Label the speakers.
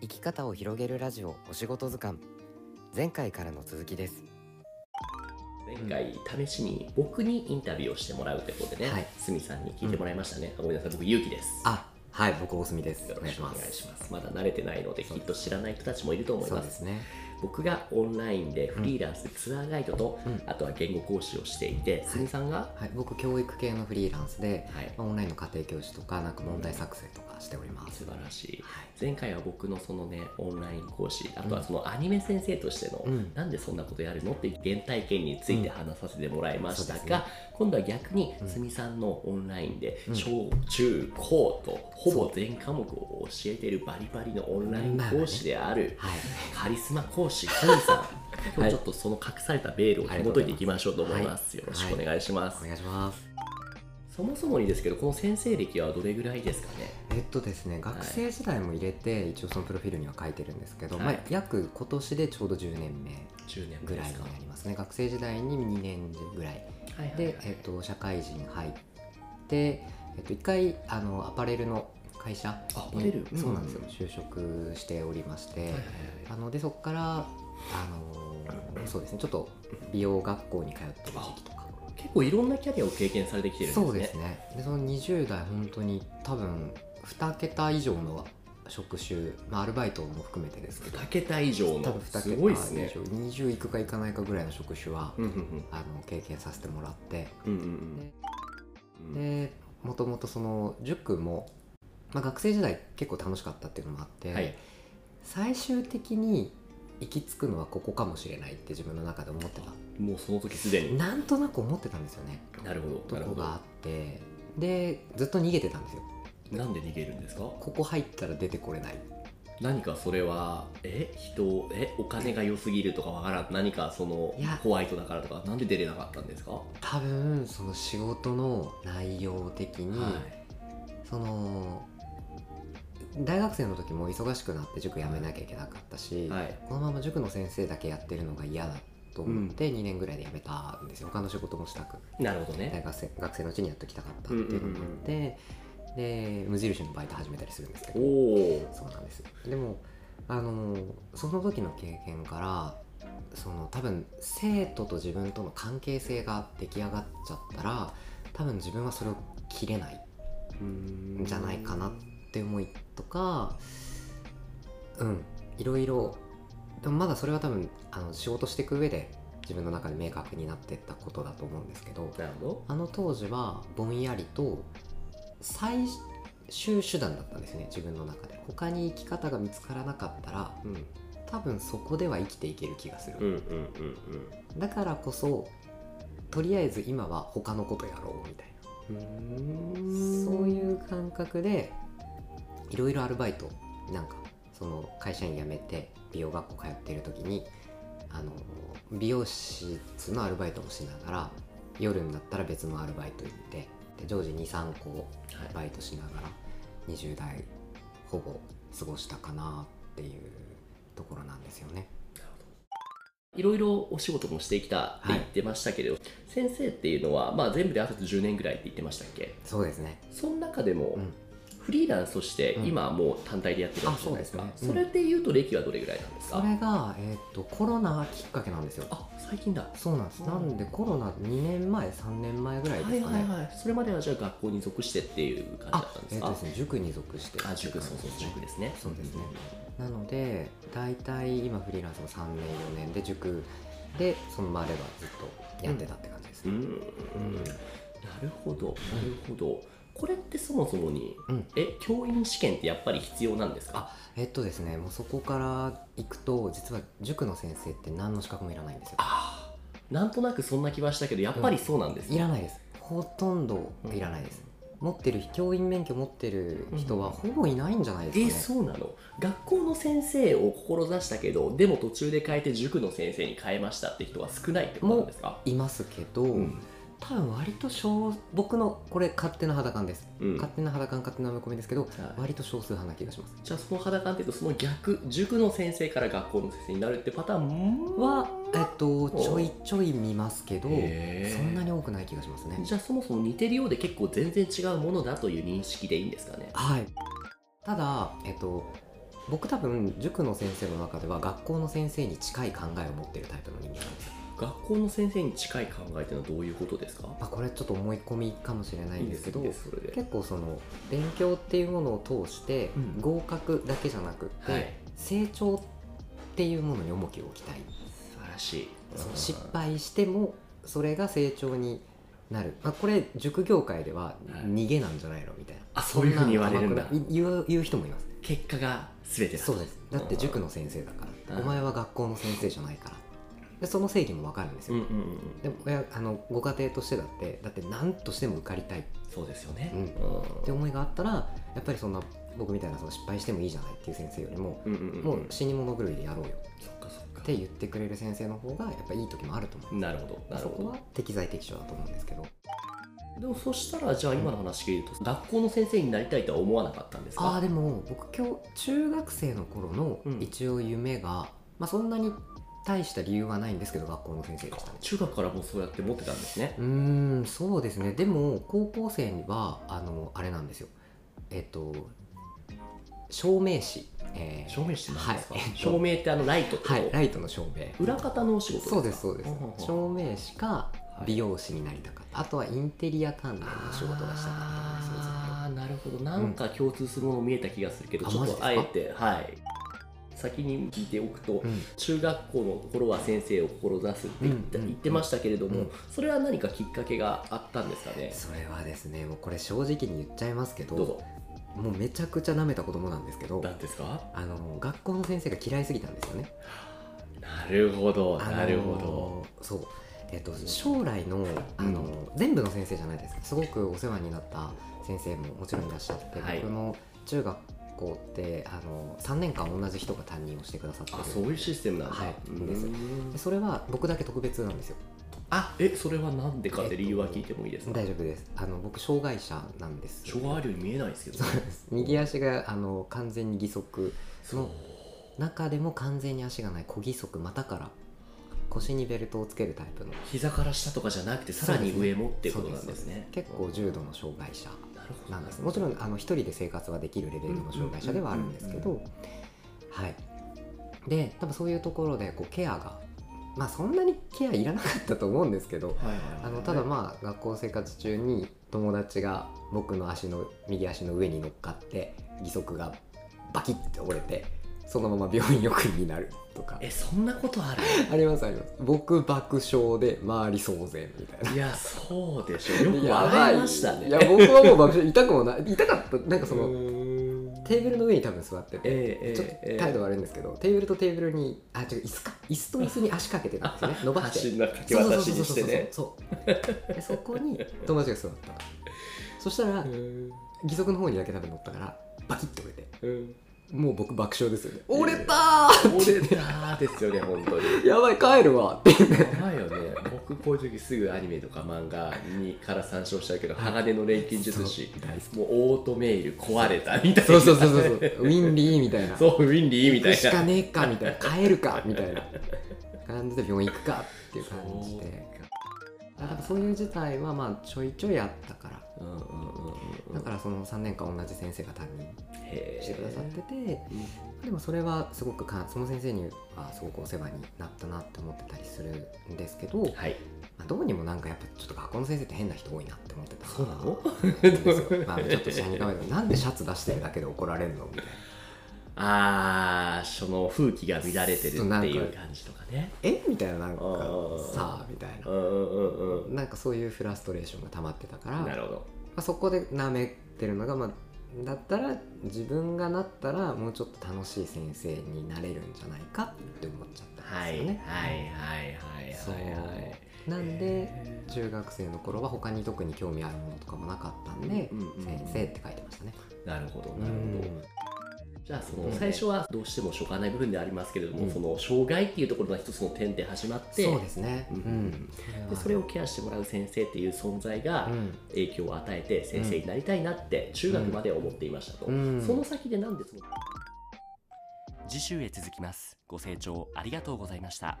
Speaker 1: 生き方を広げるラジオお仕事図鑑前回からの続きです
Speaker 2: 前回試しに僕にインタビューをしてもらうってことでね、
Speaker 1: はい
Speaker 2: すみさんに聞いてもらいましたね、あごめんなさい僕ゆうきです
Speaker 1: あはい僕大隅です
Speaker 2: よ
Speaker 1: お
Speaker 2: ろ
Speaker 1: 願い
Speaker 2: し
Speaker 1: し
Speaker 2: くお願
Speaker 1: ま
Speaker 2: い
Speaker 1: す
Speaker 2: しますまだ慣れてないのできっと知らない人たちもいると思い
Speaker 1: そう
Speaker 2: ま
Speaker 1: ですすね
Speaker 2: 僕がオンラインでフリーランスツアーガイドと、
Speaker 1: うん
Speaker 2: あとは言語講師をしていてすみさんが、
Speaker 1: はい僕教育系のフリーランスで
Speaker 2: はい、
Speaker 1: まあオンラインの家庭教師とかなんか問題作成とかしております
Speaker 2: 素晴らしい
Speaker 1: はい
Speaker 2: 前回は僕のそのねオンライン講師あとはそのアニメ先生としての、
Speaker 1: うん
Speaker 2: なんでそんなことやるのっていう原体験について話させてもらいました
Speaker 1: うんそうで
Speaker 2: が、
Speaker 1: すね
Speaker 2: 今度は逆に
Speaker 1: うん
Speaker 2: すみさんのオンラインで
Speaker 1: うん
Speaker 2: 小中高とほ
Speaker 1: そ
Speaker 2: ぼ
Speaker 1: う
Speaker 2: 全科目を教えているバリバリのオンライン講師である
Speaker 1: はい
Speaker 2: カリスマ講師すみさん今
Speaker 1: はい
Speaker 2: 日ちょっとその隠されたベールを紐解いていきましょうと思います、
Speaker 1: ありがとうございます
Speaker 2: よろしくお願いします、
Speaker 1: お願いします
Speaker 2: そもそもにですけどこの先生歴はどれぐらいですかね
Speaker 1: えっとですね学生時代も入れて一応そのプロフィールには書いてるんですけど、
Speaker 2: はい
Speaker 1: まあ、約今年でちょうど10年目
Speaker 2: 10年
Speaker 1: ぐらいになりますね学生時代に2年ぐらい
Speaker 2: はいはい
Speaker 1: で、えっと社会人入って、えっと一回あのアパレルの会社
Speaker 2: あアパ
Speaker 1: に
Speaker 2: レルうん
Speaker 1: そうなんですよ就職しておりまして、
Speaker 2: はいはい
Speaker 1: あのでそこからあのそうですねちょっと美容学校に通ってる時期とか
Speaker 2: はい結構いろんなキャリアを経験されてきてるんですね
Speaker 1: そうですねでその20代本当に多分2桁以上の職種、まあ、アルバイトも含めてですけど
Speaker 2: 2桁以上
Speaker 1: 多分
Speaker 2: の
Speaker 1: 2
Speaker 2: すごいです
Speaker 1: 桁以
Speaker 2: ね
Speaker 1: 上、20いくかいかないかぐらいの職種は、
Speaker 2: うんうん
Speaker 1: あの経験させてもらって
Speaker 2: うんうんうんうん
Speaker 1: でもともとその塾も、まあ、学生時代結構楽しかったっていうのもあって、
Speaker 2: はい
Speaker 1: 最終的に行き着くのはここかもしれないって自分の中で思ってた
Speaker 2: もうその時すでに
Speaker 1: なんとなく思ってたんですよね
Speaker 2: なるほど
Speaker 1: と
Speaker 2: なる
Speaker 1: こ
Speaker 2: ほ
Speaker 1: があ
Speaker 2: ど
Speaker 1: ってでずっと逃げてたんですよ
Speaker 2: なんで逃げるんですか
Speaker 1: ここ入ったら出てこれない
Speaker 2: 何かそれはえ人えお金が良すぎるとかわからん何かその
Speaker 1: いや
Speaker 2: ホワイトだからとかなんで出れなかったんですかは
Speaker 1: 多分その仕事の内容的
Speaker 2: い
Speaker 1: に、その大学生の時も忙しくなって塾辞めなきゃいけなかったし、
Speaker 2: はい
Speaker 1: このまま塾の先生だけやってるのが嫌だと思って2年ぐらいで辞めたんですよ、他の仕事もしたく
Speaker 2: なるほ
Speaker 1: 大
Speaker 2: どね
Speaker 1: 学生学生のうちにやっときたかったっていうのもあって、で無印のバイト始めたりするんですけ
Speaker 2: お
Speaker 1: ど
Speaker 2: お
Speaker 1: そうなんですでもあのその時の経験からその多分生徒と自分との関係性が出来上がっちゃったら多分自分はそれを切れないじゃないかなって思いとかうんいろいろでもまだそれは多分あの仕事していく上で自分の中で明確になってったことだと思うんですけど
Speaker 2: なるほど
Speaker 1: あの当時はぼんやりと最終手段だったんですよね自分の中で他に生き方が見つからなかったら
Speaker 2: うん
Speaker 1: 多分そこでは生きていける気がす
Speaker 2: うん
Speaker 1: る、
Speaker 2: うんうん
Speaker 1: だからこそとりあえず今は他のことやろうみたいな
Speaker 2: うん
Speaker 1: そういう感覚でいろいろアルバイトなんかその会社員辞めて美容学校通ってる時にあの美容室のアルバイトもしながら夜になったら別のアルバイト行ってで常時23個
Speaker 2: はい
Speaker 1: バイトしながら20代ほぼ過ごしたかなっていうところなんですよね。
Speaker 2: いろいろお仕事もしてきたって言ってましたけれど、先生っていうのは、まあ、全部であと10年ぐらいって言ってましたっけ
Speaker 1: そうですね
Speaker 2: その中でも、
Speaker 1: うん
Speaker 2: フリーランスとして
Speaker 1: うん
Speaker 2: 今はもう単体でやってるわけじゃないです
Speaker 1: あ
Speaker 2: か、
Speaker 1: そうです
Speaker 2: そ
Speaker 1: ねうん
Speaker 2: れでいうと歴はどれぐらいなんですか
Speaker 1: それが、えー、とコロナきっかけなんですよ。
Speaker 2: あ最近だ
Speaker 1: そうなんです、なんでコロナ2年前3年前ぐらいですかね、
Speaker 2: はいそれまではじゃあ学校に属してっていう感じだ
Speaker 1: あ
Speaker 2: ったん
Speaker 1: えっ、
Speaker 2: です
Speaker 1: と
Speaker 2: か
Speaker 1: ですね塾に属して
Speaker 2: あ塾そうそう塾ですね
Speaker 1: そうですねなので大体今フリーランスも3年4年で塾でそのまではずっとやってたって感じです
Speaker 2: うん
Speaker 1: ね、
Speaker 2: なるほどなるほどこれってそもそもに、
Speaker 1: うん
Speaker 2: え教員試験ってやっぱり必要なんですか
Speaker 1: えっとですねもうそこから行くと実は塾の先生って何の資格もいらないんですよ
Speaker 2: あーなんとなくそんな気はしたけどやっぱりそうなんですね、
Speaker 1: いらないですほとんどいらないです、持ってる教員免許持ってる人は
Speaker 2: うん
Speaker 1: ほぼいないんじゃないですか
Speaker 2: え
Speaker 1: ね、
Speaker 2: そうなの学校の先生を志したけどでも途中で変えて塾の先生に変えましたって人は少ないってことなんですか
Speaker 1: いますけど、
Speaker 2: うん
Speaker 1: 多分割と少僕のこれ勝手な肌感です、
Speaker 2: うん
Speaker 1: 勝手な肌感勝手な思い込みですけど、
Speaker 2: はい
Speaker 1: 割と少数派な気がします
Speaker 2: じゃあその肌感っていうとその逆塾の先生から学校の先生になるってパターン
Speaker 1: は
Speaker 2: は、
Speaker 1: えっと、ちょいちょい見ますけど
Speaker 2: へー
Speaker 1: そんなに多くない気がしますね
Speaker 2: じゃあそもそも似てるようで結構全然違うものだという認識でいいんですかね
Speaker 1: はいただ、えっと、僕多分塾の先生の中では学校の先生に近い考えを持ってるタイプの人間なんですよ、
Speaker 2: 学校の先生に近い考えというのはどういうことですか
Speaker 1: まあ、これちょっと思い込みかもしれないんですけど
Speaker 2: いいですそれで
Speaker 1: 結構その勉強っていうものを通して
Speaker 2: うん
Speaker 1: 合格だけじゃなくて、
Speaker 2: はい
Speaker 1: 成長っていうものに重きを置きたい
Speaker 2: 素晴らしい
Speaker 1: その失敗してもそれが成長になる、まあ、これ塾業界では
Speaker 2: はい
Speaker 1: 逃げなんじゃないのみたいな、
Speaker 2: あそういうふうに言われるんだ
Speaker 1: そな甘くない言う言う人もいます
Speaker 2: 結果が全てだ
Speaker 1: そうですだって塾の先生だか
Speaker 2: う
Speaker 1: ら
Speaker 2: ん
Speaker 1: お前は学校の先生じゃないからでその正義も分かるんです
Speaker 2: うん
Speaker 1: よ、
Speaker 2: うんうん
Speaker 1: でもいやあのご家庭としてだってだって何としても受かりたいっ
Speaker 2: そうですよね
Speaker 1: うんて思いがあったらやっぱりそんな僕みたいなその失敗してもいいじゃないっていう先生よりも、
Speaker 2: うんうんうん
Speaker 1: もう死に物狂いでやろうよ
Speaker 2: そっかそっか
Speaker 1: って言ってくれる先生の方がやっぱいい時もあると思う
Speaker 2: なるほどなる
Speaker 1: そ
Speaker 2: ほ
Speaker 1: こ
Speaker 2: ど
Speaker 1: は適材適所だと思うんですけど
Speaker 2: でもそしたらじゃあ今の話聞いてると学校の先生になりたいとは思わなかったんです
Speaker 1: ああ
Speaker 2: か
Speaker 1: でも僕今日中学生の頃の
Speaker 2: うん
Speaker 1: 一応夢が、まあ、そんなに大した理由はないんですけど学校の先生でしたね
Speaker 2: 中学からもうそうやって持ってたんですね
Speaker 1: うーんそうですねでも高校生にはあのあれなんですよえっと照明師、えー
Speaker 2: 照明してなんですか、
Speaker 1: はいえっと
Speaker 2: 照明ってあのライトってこと、
Speaker 1: はいライトの照明
Speaker 2: 裏方のお仕事ですか
Speaker 1: そうですそうです
Speaker 2: ほんほんほん
Speaker 1: 照明師か
Speaker 2: い
Speaker 1: 美容師になりたかった、あとはインテリア関連の仕事がしたかったんですよずっと
Speaker 2: あーなるほどなんか共通するもの見えた気がするけど、
Speaker 1: あ
Speaker 2: ちょっ
Speaker 1: マジです
Speaker 2: と
Speaker 1: か
Speaker 2: あえてはい先に聞いておくと、
Speaker 1: うん
Speaker 2: 中学校の頃は先生を志すって言った
Speaker 1: うんうん
Speaker 2: 言ってましたけれども、
Speaker 1: うん
Speaker 2: それは何かきっかけがあったんですかね、
Speaker 1: それはですねもうこれ正直に言っちゃいますけど
Speaker 2: どうぞ
Speaker 1: もうめちゃくちゃ舐めた子供なんですけど
Speaker 2: 何ですか
Speaker 1: あの学校の先生が嫌いすぎたんですよね。
Speaker 2: なるほど
Speaker 1: あの
Speaker 2: なるほど、
Speaker 1: そうえっと、将来のあの、全部の先生じゃないですすごくお世話になった先生ももちろんいらっしゃって、
Speaker 2: はい
Speaker 1: 僕の中学校ってあの3年間同じ人が担任をしてくださって
Speaker 2: あそう
Speaker 1: る
Speaker 2: いうシステムなんだ、
Speaker 1: はいう
Speaker 2: ー
Speaker 1: です
Speaker 2: ん
Speaker 1: でそれは僕だけ特別なんですよ
Speaker 2: あえそれは何でかって理由は聞いてもいいですか、
Speaker 1: 大丈夫ですあの僕障害者なんです
Speaker 2: 諸話あるように見えないですけど、
Speaker 1: そうです右足があの完全に義足
Speaker 2: そう
Speaker 1: 中でも完全に足がない小義足股から腰にベルトをつけるタイプの
Speaker 2: 膝から下とかじゃなくてさらに上もっていうことなんですね
Speaker 1: 結構重度の障害者
Speaker 2: なるほど
Speaker 1: なんですもちろんあの一人で生活はできるレベルの障害者ではあるんですけ
Speaker 2: うん
Speaker 1: どはいで多分そういうところでこうケアがまあそんなにケアいらなかったと思うんですけど
Speaker 2: はいはいはい
Speaker 1: あのただまあ学校生活中に友達が僕の足の右足の上に乗っかって義足がバキッて折れてそのまま病院送りになるとか
Speaker 2: えそんなことある
Speaker 1: ありますあります僕爆笑で周り騒然みたいない
Speaker 2: やそうでしょよく
Speaker 1: や
Speaker 2: わか
Speaker 1: ば
Speaker 2: り
Speaker 1: い
Speaker 2: ましたね
Speaker 1: いや僕はもう爆笑痛くもない痛かったなんかその
Speaker 2: の
Speaker 1: テーブルの上に多分座ってて、
Speaker 2: ええええ
Speaker 1: ちょっと態度悪いんですけど、テーブルとテーブルにあ違う椅子か椅子と椅子に足かけてたんですよね伸ばして
Speaker 2: 橋の架け渡しにしてね
Speaker 1: そうそうそうそうそうでそこに友達が座ったそしたら義足の方にだけ多分乗ったからバキッと折れてもう僕爆笑ですよね折れたー
Speaker 2: 折れたーですよね本当に
Speaker 1: やばい帰るわって
Speaker 2: やばいよね僕こういう時すぐアニメとか漫画にから参照しちゃうけど鋼の錬金術師もうオートメール壊れたみたいな
Speaker 1: そうそうそうそうそう ウィンリーみたいな
Speaker 2: そうウィンリーみたい
Speaker 1: 行くしか
Speaker 2: な
Speaker 1: ねえかみたいな帰る かみたいな感じで病院行くかっていう感じでだからそういう事態はまあちょいちょいあったから
Speaker 2: うんうんうんうん
Speaker 1: だからその3年間同じ先生が担任
Speaker 2: へー
Speaker 1: してくださってて、
Speaker 2: うん
Speaker 1: でもそれはすごくかその先生にはすごくお世話になったなって思ってたりするんですけど、
Speaker 2: はい
Speaker 1: まあ、どうにもなんかやっぱちょっと学校の先生って変な人多いなって思ってた
Speaker 2: そうなの
Speaker 1: なんですよまあちょっと下に構えてなんでシャツ出してるだけで怒られるのみたいな
Speaker 2: あーその風紀が乱れてる
Speaker 1: そうなん
Speaker 2: って
Speaker 1: か
Speaker 2: いう感じとかね
Speaker 1: えみたいななんか
Speaker 2: あー
Speaker 1: さあみたいな
Speaker 2: うんうんうんうん
Speaker 1: なんかそういうフラストレーションが溜まってたから
Speaker 2: なるほど
Speaker 1: まあ、そこで舐めてるのが、まあ、だったら自分がなったらもうちょっと楽しい先生になれるんじゃないかって思っちゃったん
Speaker 2: はい
Speaker 1: です
Speaker 2: は
Speaker 1: よ
Speaker 2: いはい
Speaker 1: ね。
Speaker 2: はいはいはい
Speaker 1: そうなんで
Speaker 2: へー
Speaker 1: 中学生の頃は他に特に興味あるものとかもなかったんで
Speaker 2: うんうん
Speaker 1: 「
Speaker 2: うん
Speaker 1: 先生」って書いてましたね。
Speaker 2: なるほど
Speaker 1: う
Speaker 2: なるほど
Speaker 1: ん
Speaker 2: じゃあそ
Speaker 1: うん
Speaker 2: の
Speaker 1: ね
Speaker 2: 最初はどうしてもしょうがない部分ではありますけれども、
Speaker 1: うん
Speaker 2: その障害っていうところが一つの点で始まって
Speaker 1: そうですね。
Speaker 2: う
Speaker 1: うんん
Speaker 2: でそれをケアしてもらう先生っていう存在が
Speaker 1: うん
Speaker 2: 影響を与えて先生になりたいなって中学までは思っていましたと、
Speaker 1: うん
Speaker 2: その先で何でその次週へ続きますご清聴ありがとうございました